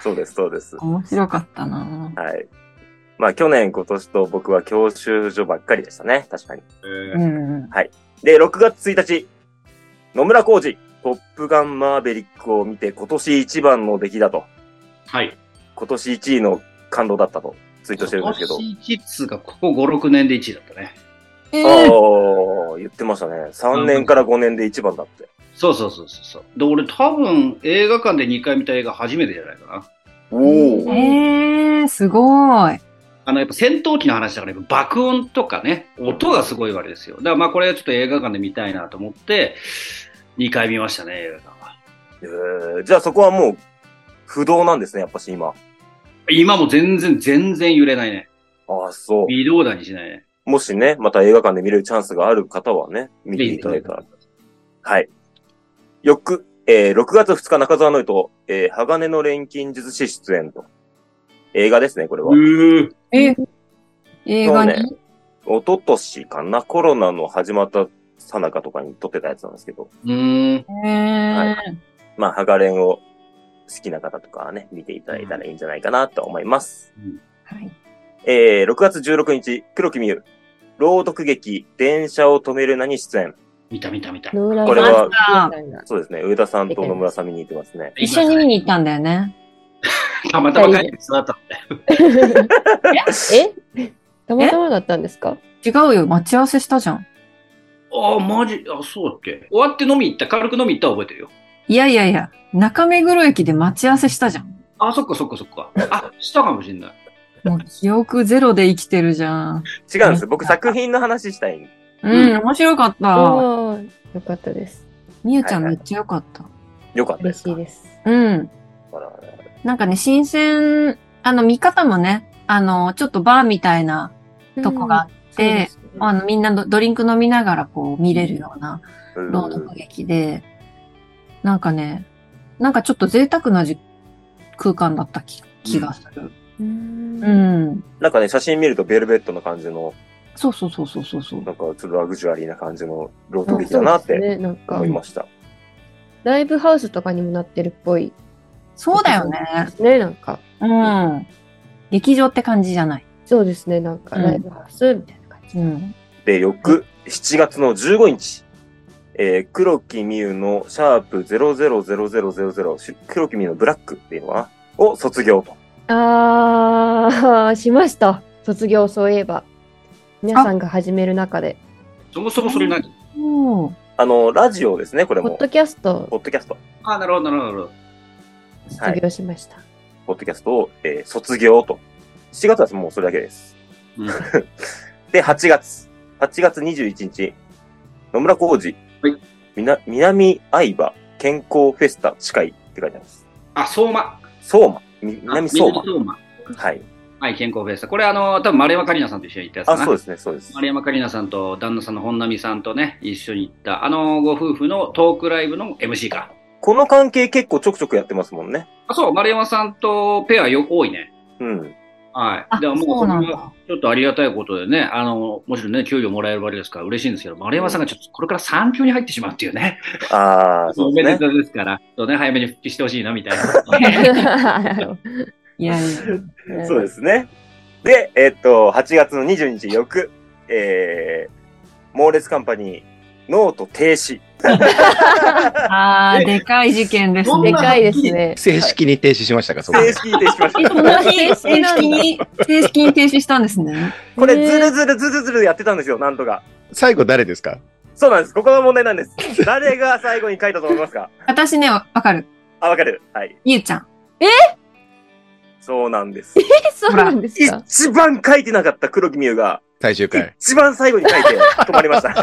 Speaker 1: そうです、そうです。
Speaker 2: 面白かったな
Speaker 1: はい。まあ、去年、今年と僕は教習所ばっかりでしたね。確かに。
Speaker 4: え
Speaker 2: う
Speaker 4: ー
Speaker 2: ん。
Speaker 1: で、6月1日、野村浩二、トップガンマーベリックを見て今年一番の出来だと、
Speaker 4: はい。
Speaker 1: 今年1位の感動だったとツイートしてるん
Speaker 4: 今
Speaker 1: ですけど、
Speaker 4: 年1つがここ5、6年で1位だったね。
Speaker 2: えー、
Speaker 1: ああ、言ってましたね。3年から5年で一番だって。
Speaker 4: そうそうそうそうそう。で、俺多分映画館で2回見た映画初めてじゃないかな。
Speaker 1: お
Speaker 5: ー
Speaker 2: えー、すごい。
Speaker 4: あの、やっぱ戦闘機の話だから、やっぱ爆音とかね、音がすごいわけですよ。だからまあこれちょっと映画館で見たいなと思って、2回見ましたね、映画館は。
Speaker 1: えーじゃあそこはもう、不動なんですね、やっぱし今。
Speaker 4: 今も全然、全然揺れないね。
Speaker 1: ああ、そう。
Speaker 4: 微動だにしないね。
Speaker 1: もしね、また映画館で見れるチャンスがある方はね、見ていただいたら。はい。よく、えー6月2日中澤のりと、えー鋼の錬金術師出演と。映画ですね、これは。
Speaker 4: うー
Speaker 2: え映画に、
Speaker 1: そう一昨年かな、コロナの始まったさなかとかに撮ってたやつなんですけど、
Speaker 4: うーん。
Speaker 2: えー
Speaker 1: まあ、ハガレンを好きな方とかはね、見ていただいたらいいんじゃないかなと思います。
Speaker 2: はい。
Speaker 1: えー6月16日、黒木美優、朗読劇、電車を止めるなに出演。
Speaker 4: 見た見た見た。
Speaker 5: 野村
Speaker 1: これは
Speaker 5: さん が
Speaker 1: そうですね、上田さんと野村さん見に行ってますね。
Speaker 2: 一緒に見に行ったんだよね。
Speaker 4: たまたま帰って座ったんだよ。
Speaker 5: えたまたまだったんですか
Speaker 2: 違うよ、待ち合わせしたじゃん。
Speaker 4: ああ、マジ、あ、そうだっけ。終わって飲み行った、軽く飲み行ったは覚えてるよ。
Speaker 2: いやいやいや、中目黒駅で待ち合わせしたじゃん。
Speaker 4: あ、そっかそっかそっか。あ、したかもしんない。
Speaker 2: もう記憶ゼロで生きてるじゃん。
Speaker 1: 違うんです。僕作品の話したいん
Speaker 2: うん、
Speaker 4: うん
Speaker 2: 面白かっ
Speaker 5: あ
Speaker 2: た。
Speaker 5: あ、よかったです。
Speaker 2: みゆちゃ
Speaker 1: はい
Speaker 2: ん
Speaker 1: は
Speaker 2: め
Speaker 1: い
Speaker 2: っちゃ良かった。
Speaker 1: よかったで
Speaker 5: 嬉
Speaker 1: す
Speaker 5: し
Speaker 1: か。
Speaker 5: いです。
Speaker 2: うん。
Speaker 1: あらあらあら
Speaker 2: なんかね、新鮮、あの、見方もね、あの、ちょっとバーみたいな、とこがあって
Speaker 5: うんそうですね
Speaker 2: あの、みんなドドリンク飲みながらこう見れるような
Speaker 1: うん
Speaker 2: 朗読劇で、なんかね、なんかちょっと贅沢なじ空間だった気気がする。
Speaker 5: うん
Speaker 2: うん。
Speaker 1: なんかね、写真見るとベルベットの感じの、
Speaker 2: そうそうそうそうそうそう
Speaker 1: な。んかちょっとラグジュアリーな感じの朗読劇だなっ
Speaker 5: そう
Speaker 1: て
Speaker 5: ですねなんか
Speaker 1: 思いました。
Speaker 5: ライブハウスとかにもなってるっぽい
Speaker 2: そうだよね。
Speaker 5: ですねなんか
Speaker 2: うん。劇場って感じじゃない。
Speaker 5: そうですねなんか
Speaker 2: うん
Speaker 5: ライブハウスみたいな感じ、
Speaker 2: うん。
Speaker 1: で、翌7月の15日、えー、黒木美優のシャープ000000し黒木美優のブラックっていうのは、を卒業と。
Speaker 5: ああしました卒業そういえば皆さんが始める中で
Speaker 4: そもそもそれ何
Speaker 2: おー
Speaker 1: あの、ラジオですね、これ
Speaker 5: ポ
Speaker 1: も
Speaker 5: ッ。ドキャスト
Speaker 1: ポッドキャスト。
Speaker 4: あ、なるほど、なるほどなるほ
Speaker 5: 卒業しました、
Speaker 1: ポッドキャストを、えー卒業と。7月はもうそれだけです。
Speaker 4: ど。うん
Speaker 1: で、8月。8月21日、野村浩二。
Speaker 4: はい
Speaker 1: みな、南相葉健康フェスタ近いって書いてあります。
Speaker 4: あ、相馬。
Speaker 1: 相馬。み南相馬
Speaker 4: あ。南相馬。
Speaker 1: はい。
Speaker 4: はい、健康フェスタ。これ、あの、多分丸山桂里奈さんと一緒に行ったやつか
Speaker 1: あ、
Speaker 4: な。
Speaker 1: そうですね、そうです。
Speaker 4: 丸山桂里奈さんと旦那さんの本並さんとね、一緒に行った、あのご夫婦のトークライブの MC か。
Speaker 1: この関係結構ちょくちょくやってますもんね。
Speaker 4: あ、そう、丸山さんとペアよ多いね。
Speaker 1: うん。
Speaker 4: は
Speaker 2: あ
Speaker 4: い。でも
Speaker 2: そううなんだ
Speaker 4: これはちょっとありがたいことでね、あの、もちろんね、給料もらえるわけですから嬉しいんですけど、丸山さんがちょっとこれから産休に入ってしまうっていうね、
Speaker 1: ああ、そ
Speaker 4: お
Speaker 1: う
Speaker 4: め
Speaker 1: で
Speaker 4: です
Speaker 1: ね。
Speaker 4: とうですから、ちょっとね、早めに復帰してほしいなみたい な。
Speaker 2: いやいや。
Speaker 1: そうですね。で、えっと、8月の22日、翌、えー、猛烈カンパニー、ノート停止。
Speaker 2: あー、でかい事件です
Speaker 4: そん
Speaker 5: で
Speaker 2: ね。
Speaker 5: かいですね
Speaker 3: 正式に停止しましたか、そこ
Speaker 1: 正式に停止しまし
Speaker 5: え
Speaker 1: た。
Speaker 5: そんな
Speaker 2: 正
Speaker 5: 正式なんだ
Speaker 2: 式に、正式に停止したんですね。
Speaker 1: これ、ずるずるずるずるやってたんですよ、なんとか。
Speaker 3: 最後誰ですか
Speaker 1: そうなんです。ここが問題なんです。 誰が最後に書いたと思いますか
Speaker 2: 私ね、わわかる。
Speaker 1: あ、わかる。はい。
Speaker 2: ゆうちゃん。
Speaker 1: そうなんです。
Speaker 5: えそうなんですか
Speaker 1: 一番書いてなかった黒木美優が、
Speaker 3: 最 終回。
Speaker 1: 一番最後に書いて止まりました。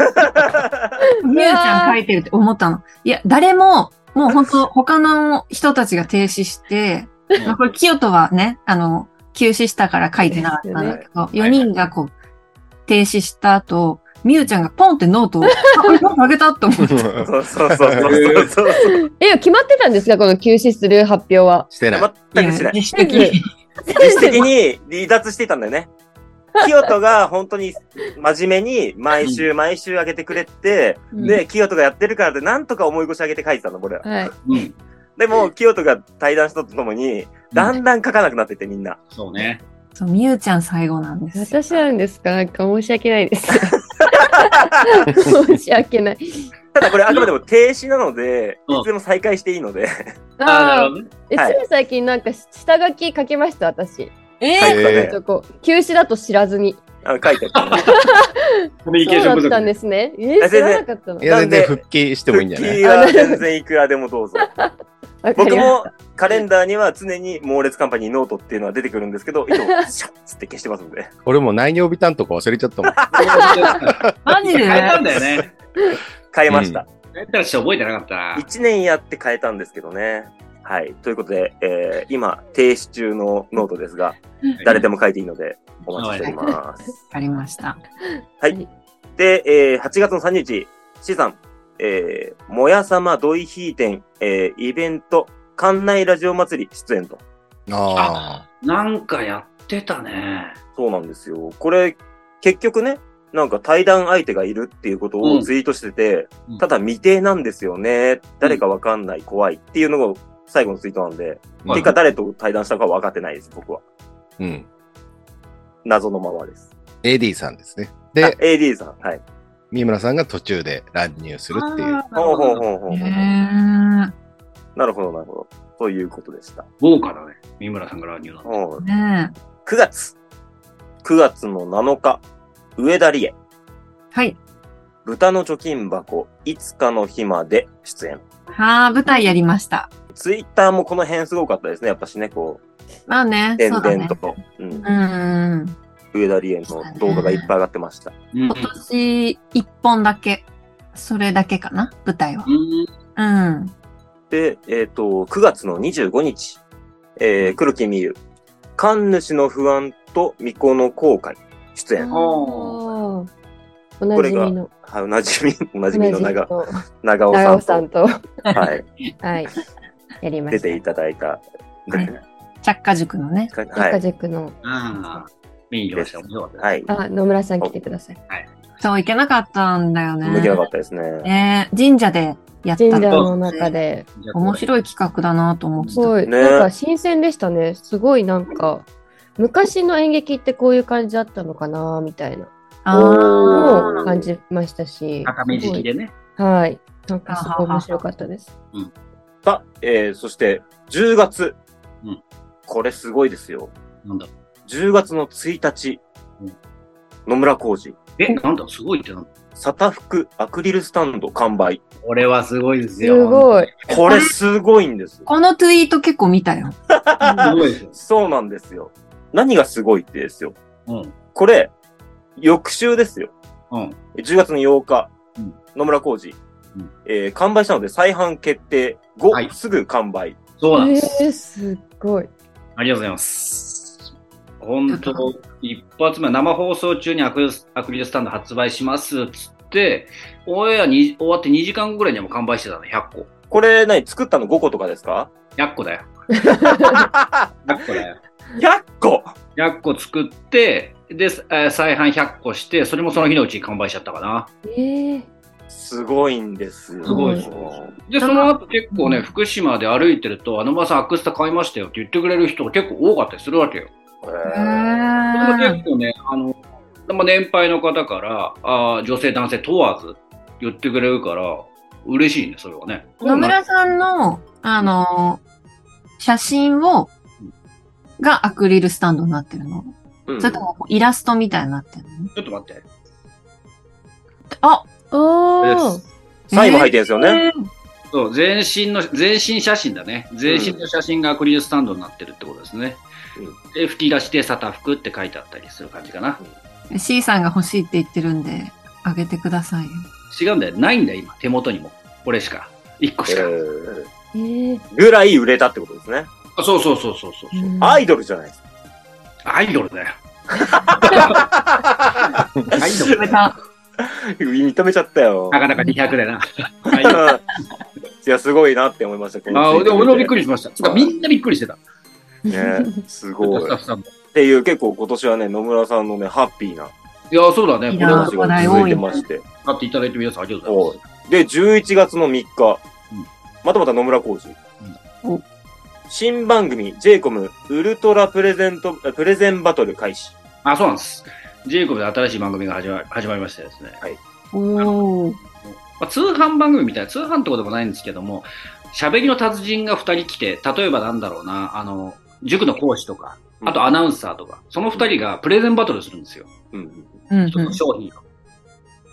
Speaker 2: ゆうちゃん書いてるって思ったの。いや、誰も、もう本当他の人たちが停止して、まあこれ、清人はね、あの、休止したから書いてなかったんだけど、
Speaker 1: よね
Speaker 2: 4人がこう、停止した後、みゆちゃんがポンってノートを、あ、ノートあげたと思って。
Speaker 1: そうそうそうそうそう。
Speaker 5: え、決まってたんですかこの休止する発表は。
Speaker 3: してない。
Speaker 1: 全くしない。
Speaker 2: 自主的。
Speaker 1: 自主的に離脱していたんだよね。清人が本当に真面目に毎週毎週上げてくれて、
Speaker 5: うん
Speaker 1: で、清人がやってるからでなんとか思い越し上げて書いてたの、俺は。
Speaker 5: はい。
Speaker 4: うん。
Speaker 1: でも、清人が対談したとともに、だんだん書かなくなってってみんな。
Speaker 4: そうね。
Speaker 2: そう、みゆちゃん最後なんです。
Speaker 5: 私なんですかなんか申し訳ないです。申し訳ない。
Speaker 1: ただこれあくまでも停止なので、
Speaker 4: うん
Speaker 1: いつでも再開していいので、
Speaker 4: ああ、なる
Speaker 5: あ
Speaker 4: ほどね。
Speaker 5: ー、え、
Speaker 1: はい
Speaker 5: つい最近なんか下書き書きました、私。
Speaker 2: え
Speaker 1: 書いてた
Speaker 3: え
Speaker 1: ね
Speaker 5: ち。ょっとこう休止だと知らずに。
Speaker 1: あの書いてたね。
Speaker 4: コミュニケ
Speaker 5: そ
Speaker 4: ー
Speaker 5: う
Speaker 4: ション不
Speaker 5: だった
Speaker 4: 足
Speaker 5: ん
Speaker 4: で。
Speaker 5: ですね。えー、知らなかったの
Speaker 3: い。や、
Speaker 1: なん
Speaker 3: 全
Speaker 1: で
Speaker 3: 然復帰してもいいんじゃない
Speaker 1: 復帰は全然いくらでもど うぞ。
Speaker 5: わかり
Speaker 1: 僕
Speaker 5: まし
Speaker 1: もカレンダーには常に猛烈カンパニーノートっていうのは出てくるんですけ ど、いつもシャッつって消してますので。
Speaker 3: 俺も内容ビタンとか忘れちゃったもん。
Speaker 2: マジで
Speaker 4: 変えたんだよね。
Speaker 1: 変えました。
Speaker 4: 変えたらしか覚えてなかったな。
Speaker 1: 1年やって変えたんですけどね。はい。ということで、えー今、停止中のノートですが、誰でも書いていいので、お待ちしております。
Speaker 2: わかりました。
Speaker 1: で、えー8月の30日、C さん、えー、もやさまドイヒー店、えーイベント、館内ラジオ祭り出演と。
Speaker 3: あ
Speaker 4: なんかやってたね。
Speaker 1: そうなんですよ。これ、結局ね、なんか対談相手がいるっていうことをツイートしてて、
Speaker 4: うん
Speaker 1: ただ未定なんですよね。誰かわかんない、怖いっていうのが最後のツイートなんで、
Speaker 4: はい
Speaker 1: 結果誰と対談したかは分かってないです、僕は。
Speaker 3: あ。うん。
Speaker 1: 謎のままです。
Speaker 3: AD さんですね。
Speaker 1: あ
Speaker 3: で、
Speaker 1: AD さん。はい。
Speaker 3: 三村さんが途中で乱入するっていう。
Speaker 4: あー
Speaker 1: ほうほうほうほう。
Speaker 2: へー
Speaker 1: なるほど、なるほど。ということでした。
Speaker 4: 豪華だね。三村さんから乱入だ。
Speaker 1: うん
Speaker 2: ねえ。
Speaker 1: 9月。9月の7日、上田理恵、
Speaker 2: はい。
Speaker 1: 豚の貯金箱、いつかの日まで出演。
Speaker 2: はあ、舞台やりました。
Speaker 1: ツイッターもこの辺すごかったですね。やっぱしね、こう、
Speaker 2: まあね、
Speaker 1: 伝
Speaker 2: そうだね
Speaker 1: 伝と。か、うん
Speaker 2: う、んうん。
Speaker 1: 上田理恵の動画がいっぱい上がってました。
Speaker 4: うん
Speaker 2: 今年一本だけ、それだけかな、舞台は。
Speaker 4: うん
Speaker 2: うん。
Speaker 1: で、えっ、と、9月の25日、えー、黒木美優、神主の不安と巫女の後悔、出
Speaker 5: た。
Speaker 1: 演。
Speaker 5: お
Speaker 1: こ
Speaker 5: な
Speaker 1: れ
Speaker 5: じ
Speaker 1: が
Speaker 5: みの。
Speaker 1: はい、おなじみ、おな
Speaker 5: お
Speaker 1: じみの
Speaker 5: な
Speaker 1: 長、
Speaker 5: と
Speaker 1: 長尾さん
Speaker 5: 長
Speaker 1: と
Speaker 5: 尾さんと、
Speaker 1: はい、
Speaker 5: はい、やりま
Speaker 1: 出
Speaker 5: して
Speaker 1: いただいた。
Speaker 2: ね着火塾のね。
Speaker 1: はい
Speaker 5: た。中塾の、
Speaker 4: ああ、見に行きました。面白かったです。
Speaker 1: はい。
Speaker 5: あ、野村さん来てください。
Speaker 2: そう、行けなかったんだよね。
Speaker 1: 向けなかったですね。
Speaker 2: ねえ神社でやった
Speaker 5: 神社
Speaker 2: の。
Speaker 5: の中で、
Speaker 2: 面白い企画だなと思って
Speaker 5: す
Speaker 2: た。
Speaker 5: ごい、
Speaker 1: ね
Speaker 5: なんか新鮮でしたね。すごいなんか、昔の演劇ってこういう感じだったのかな、みたいな
Speaker 2: あ
Speaker 1: お
Speaker 2: ー
Speaker 5: のを感じましたし。
Speaker 4: 畳敷きでね。
Speaker 5: はい。なんかすごい面白かったです。
Speaker 1: さあ、えー、そして、10月。
Speaker 4: うん
Speaker 1: これすごいですよ。
Speaker 4: なんだ
Speaker 1: 10月の1日。
Speaker 4: うん
Speaker 1: 野村浩二、
Speaker 4: え、なんだすごいってなんだ
Speaker 1: サタフクアクリルスタンド完売。
Speaker 4: これはすごいです
Speaker 5: す
Speaker 4: よ。
Speaker 5: ごい。
Speaker 1: これすごいんですよ。
Speaker 2: このツイート結構見た よ。
Speaker 4: すごいですよ。
Speaker 1: そうなんですよ。何がすごいってですよ。
Speaker 4: うん。
Speaker 1: これ、翌週ですよ。
Speaker 4: うん。
Speaker 1: 10月の8日、
Speaker 4: うん
Speaker 1: 野村浩二、
Speaker 4: うん
Speaker 1: えー完売したので再販決定後、
Speaker 4: はい
Speaker 1: すぐ完売。
Speaker 4: そうなんです。
Speaker 5: えー、すっごい。
Speaker 4: ありがとうございます。本当、一発目、生放送中にアクリルアクリルスタンド発売しますっつって、オンエアに終わって2時間ぐらいにはもう完売してたの、100個。
Speaker 1: これ何作ったの5個とかですか
Speaker 4: 100個だよ。
Speaker 1: ?100
Speaker 4: 100個だよ。
Speaker 1: 個
Speaker 4: 100個作って、で、えー再販100個して、それもその日のうちに完売しちゃったかな。
Speaker 5: えー、
Speaker 1: すごいんですよ。
Speaker 4: すごいですで、その後結構ね、福島で歩いてると、あのまさんアクスタ買いましたよって言ってくれる人が結構多かったりするわけよ。
Speaker 2: へ
Speaker 1: へー
Speaker 4: これも
Speaker 2: ー
Speaker 4: 結構ね、あの、まあ、年配の方から、あー女性、男性問わず言ってくれるから、嬉しいね、それはね。
Speaker 2: 野村さんの、あのー写真を
Speaker 4: うん、
Speaker 2: がアクリルスタンドになってるの。
Speaker 1: うん
Speaker 2: それともイラストみたいになってるの
Speaker 4: ちょっと待って。
Speaker 2: あ
Speaker 5: おー
Speaker 4: です
Speaker 1: サインも入ってるんですよね。。
Speaker 4: そう、全身の、全身写真だね。全身の写真がアクリルスタンドになってるってことですね。
Speaker 1: う
Speaker 4: で、吹き出しでサタフクって書いてあったりする感じかな。
Speaker 2: えー C さんが欲しいって言ってるんで、あげてくださいよ。
Speaker 4: 違うんだよ。ないんだよ、今。手元にも。これしか。1個しか。
Speaker 1: え
Speaker 5: えー
Speaker 1: ーぐらい売れたってことですね。
Speaker 4: あそうそうそうそうそう。
Speaker 5: うん
Speaker 1: アイドルじゃないですか。
Speaker 4: アイドルだよ。アイド
Speaker 2: 食べ
Speaker 4: ルだよ。
Speaker 2: た。
Speaker 1: 認めちゃったよ。
Speaker 4: なかなか200だな。 はい
Speaker 1: いや、すごいなって思いました。この
Speaker 4: あ
Speaker 1: ツイー
Speaker 4: で
Speaker 1: ト
Speaker 4: も
Speaker 1: 見
Speaker 4: 俺もびっく
Speaker 1: り。
Speaker 4: りしました。つうかみんなびっくりしてた。
Speaker 1: ね、すごい。
Speaker 4: スタッ
Speaker 1: っ
Speaker 4: フさんも。
Speaker 1: ていう、結構今年はね、野村さんのね、ハッピーない
Speaker 4: や、そうだね。
Speaker 2: いい
Speaker 4: これは
Speaker 2: な
Speaker 1: 話
Speaker 4: 使
Speaker 1: が続いてまして。
Speaker 4: っていただいて皆さんありがとうございます。
Speaker 1: で、11月の3日、
Speaker 4: うん
Speaker 1: またまた野村浩二、
Speaker 2: うんお
Speaker 1: 新番組、j イコムウルトラプレゼント、えプレゼンバトル開始。
Speaker 4: あ、そうなんです。ジェイコブで新しい番組が始ま始まりましてですね。
Speaker 2: おー。
Speaker 4: まあ、通販番組みたいな、通販ってことでもないんですけども、喋りの達人が2人来て、例えばなんだろうな、あの、塾の講師とか、
Speaker 1: うん
Speaker 4: あとアナウンサーとか、その2人がプレゼンバトルするんですよ。
Speaker 1: うん。
Speaker 2: うんう
Speaker 4: 一つの
Speaker 2: ん。
Speaker 4: 商品を。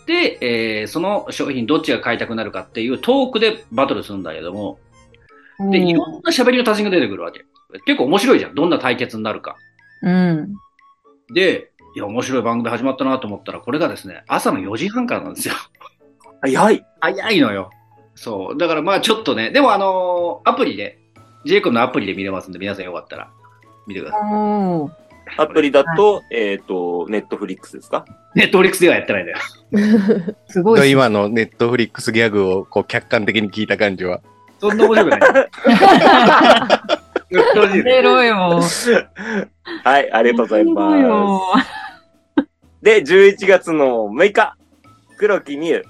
Speaker 4: で、えーその商品どっちが買いたくなるかっていうトークでバトルするんだけども、で、いろんな喋りの達人が出てくるわけ。結構面白いじゃん。どんな対決になるか。
Speaker 2: うん。
Speaker 4: で、いや、面白い番組始まったなと思ったら、これがですね、朝の4時半からなんですよ。
Speaker 1: 早い。
Speaker 4: 早いのよ。そう。だからまあちょっとね、でもあのーアプリで、ジェイコブのアプリで見れますんで、皆さんよかったら見てください。
Speaker 2: おー。
Speaker 1: アプリだと、えっ、と、ネットフリックスですか
Speaker 4: ネットフリックスではやってないんだよ。
Speaker 2: すごいっすね。
Speaker 3: 今のネットフリックスギャグをこう客観的に聞いた感じは。
Speaker 4: そんな面白く ない。正直ね
Speaker 2: 出ろよ。
Speaker 1: はい、ありがとうござい
Speaker 2: 出ろ
Speaker 1: ま
Speaker 2: よ
Speaker 1: す。で、11月の6日、黒木美優、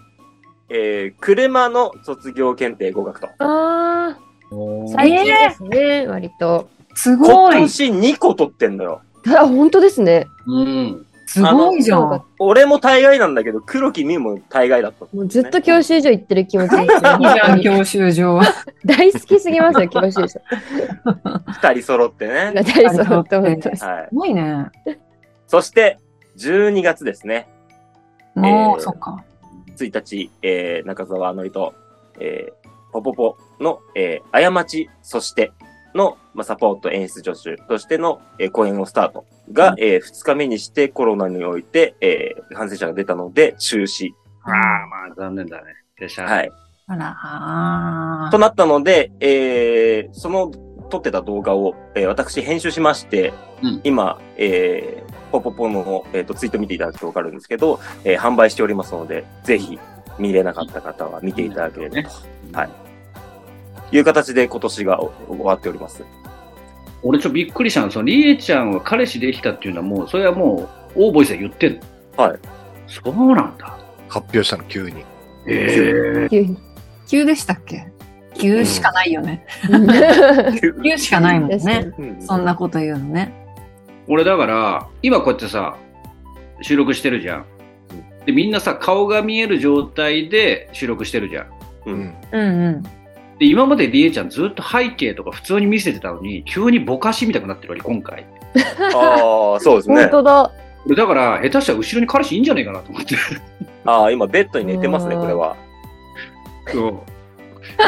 Speaker 1: えー、車の卒業検定合格と。
Speaker 5: ああ、
Speaker 4: おー
Speaker 5: 最近ですね、割と。
Speaker 2: すご
Speaker 1: 今
Speaker 2: い。
Speaker 1: 年2個取ってんだよ。
Speaker 5: あ、本当ですね。
Speaker 4: うん。
Speaker 2: すごいじゃ
Speaker 5: あの
Speaker 2: ん。
Speaker 1: 俺も大概なんだけど、黒木美優も大概だった。
Speaker 5: もうずっと教習所行ってる気持ちです、
Speaker 2: いいじゃん、
Speaker 5: ね。
Speaker 2: 教習所。
Speaker 5: 大好きすぎますよ、教習所。
Speaker 1: 二人揃ってね。
Speaker 5: 大好き、本当本当です。
Speaker 1: はい。
Speaker 2: すごいね。
Speaker 1: そして、12月ですね。
Speaker 2: も
Speaker 1: えー
Speaker 2: う、そっか。
Speaker 1: 1日、えー、中澤のりと、えー、ポポポの、えー、過ち、そして、の、まあ、サポート演出助手としての、えー、公演をスタートが、えー、2日目にしてコロナにおいて、えー、感染者が出たので中止。
Speaker 4: ああ、まあ残念だね。でしゃあ
Speaker 1: はい。
Speaker 2: あら、あ
Speaker 1: となったので、えー、その撮ってた動画を、えー、私編集しまして、
Speaker 4: うん
Speaker 1: 今、えー、ポポポの、えー、とツイート見ていただくとわかるんですけど、えー、販売しておりますので、ぜひ見れなかった方は見ていただければとはいいう形で今年がお終わっております。
Speaker 4: 俺ちょっとびっくりしたの。そのリエちゃんは彼氏できたっていうのはもう、それはもう、オーボイスで言ってんの。
Speaker 1: はい。
Speaker 4: そうなんだ。
Speaker 3: 発表したの急に。
Speaker 4: ええ
Speaker 5: 急に。
Speaker 2: ー急でしたっけ急しかないよね。急しか ないもん
Speaker 5: 確かに
Speaker 2: ね。
Speaker 1: うん
Speaker 2: そんなこと言うのね。
Speaker 4: 俺だから、今こうやってさ、収録してるじゃん。で、みんなさ、顔が見える状態で収録してるじゃん。
Speaker 1: う
Speaker 3: うんん。
Speaker 2: うんうん。
Speaker 4: で、今までりえちゃんずっと背景とか普通に見せてたのに、急にぼかしみたくなってるわけ、今回。
Speaker 1: ああ、そうです
Speaker 5: 本
Speaker 1: ね。
Speaker 5: 当だ。
Speaker 4: 俺だから、下手したら後ろに彼氏いいんじゃないかなと思 って。
Speaker 1: ああ、今ベッドに寝てますね、これは。
Speaker 4: そう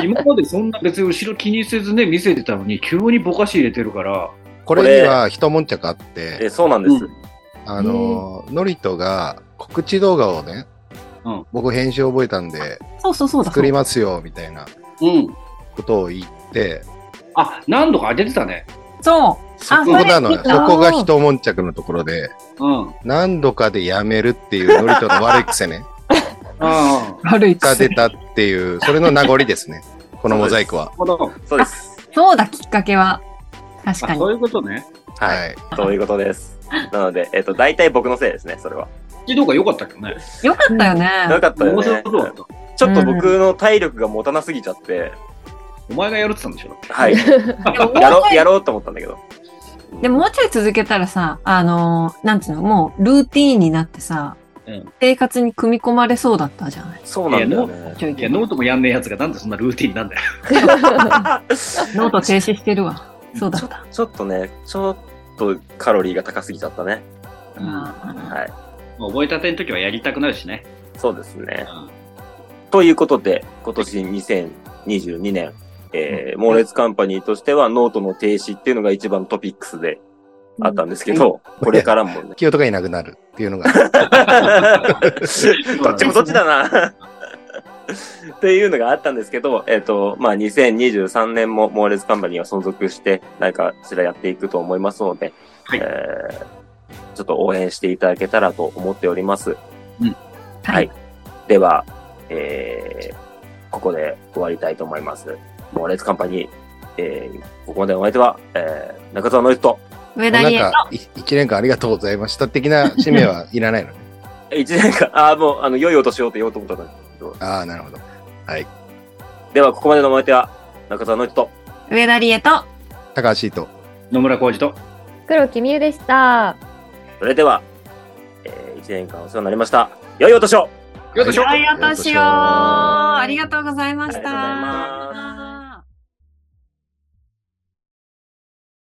Speaker 4: 今までそんな別に後ろ気にせずね、見せてたのに、急にぼかし入れてるから、
Speaker 3: これには一悶着あって、
Speaker 1: えそうなんです。
Speaker 3: あの、ノリトが告知動画をね、
Speaker 4: うん
Speaker 3: 僕編集覚えたんで
Speaker 2: そうそうそうだ。
Speaker 3: 作りますよみたいな
Speaker 4: うん。
Speaker 3: ことを言って、
Speaker 4: あ、何度か当ててたね。
Speaker 2: そう。
Speaker 3: そこなのよ。
Speaker 2: そ
Speaker 3: そ
Speaker 2: れ
Speaker 3: こが一悶着のところで、
Speaker 4: うん。あ
Speaker 3: 何度かでやめるっていうノリトの悪い癖ね、
Speaker 4: あ。
Speaker 2: 悪い
Speaker 3: が
Speaker 2: 癖
Speaker 3: 出たって いう、それの名残ですね。このモザイクは。
Speaker 4: なるほど
Speaker 1: そうです。
Speaker 2: そうだ、きっかけは。確か
Speaker 4: あ
Speaker 2: に
Speaker 4: そ。ういうことね。
Speaker 1: は。
Speaker 3: はいい。。
Speaker 1: ということです。なので、えっ、と、大体僕のせいですね、それは。
Speaker 4: こっち動画良かったけどね。
Speaker 2: よかったよね
Speaker 1: よ。かったよ
Speaker 4: 面白
Speaker 1: ね。
Speaker 4: そうだった。
Speaker 1: ちょっと僕の体力が持たなすぎちゃって、
Speaker 4: お前がやるって言ったんでしょ
Speaker 1: はい。
Speaker 2: でももう
Speaker 1: やろう、
Speaker 2: ちょ
Speaker 1: やろうと思ったんだけど。
Speaker 2: いでももうちょい続けたらさ、あのー、なんつうの、もうルーティーンになってさ
Speaker 4: うん、
Speaker 2: 生活に組み込まれそうだった じゃない。
Speaker 1: そうなんだよね。
Speaker 2: ちょい
Speaker 4: い
Speaker 2: ちょ
Speaker 4: や、
Speaker 2: い。
Speaker 4: ノ
Speaker 2: ノ
Speaker 4: ートもやんねえやつがなんでそんなルーティンなんだよ。
Speaker 2: ート停止してるわ。そうだった。
Speaker 1: ちょっとね、ちょっとカロリーが高すぎちゃったね。
Speaker 2: あ
Speaker 1: はい。
Speaker 4: もう覚えたての時はやりたくなるしね。
Speaker 1: そうですね。
Speaker 4: うん
Speaker 1: ということで、今年2022年、えー、猛烈カンパニーとしてはノートの停止っていうのが一番トピックスであったんですけど、これからも ね
Speaker 3: 清とがいなくなるっていうのが。
Speaker 1: どっちもどっちだな。っていうのがあったんですけど、えっ、と、まあ、2023年もモーレスカンパニーは存続して、何かしらやっていくと思いますので、
Speaker 4: はい
Speaker 1: えーちょっと応援していただけたらと思っております。
Speaker 4: うん
Speaker 2: はい。
Speaker 1: では、えー、ここで終わりたいと思います。モーレツカンパニー、えー、ここまでのお相手は、えー、中澤ノイズと、
Speaker 2: 上田
Speaker 3: な
Speaker 2: 理恵
Speaker 3: んか、い一年間ありがとうございました的な使命はいらないのね。
Speaker 1: え一年間、ああ、もう、あの、良いお年をって言おうと思ったんだけど。
Speaker 3: ああ、なるほど。はい。
Speaker 1: では、ここまでのお相手は、中澤ノイズと、
Speaker 2: 上田理恵と、
Speaker 3: 高橋と。
Speaker 4: 野村浩二と。
Speaker 5: 黒木美優でした。
Speaker 1: それでは、えー、一年間お世話になりました。良いお年を
Speaker 4: よいしょ
Speaker 2: はい、お年をありがとうございまし
Speaker 1: あ
Speaker 2: た。
Speaker 1: りがとうございま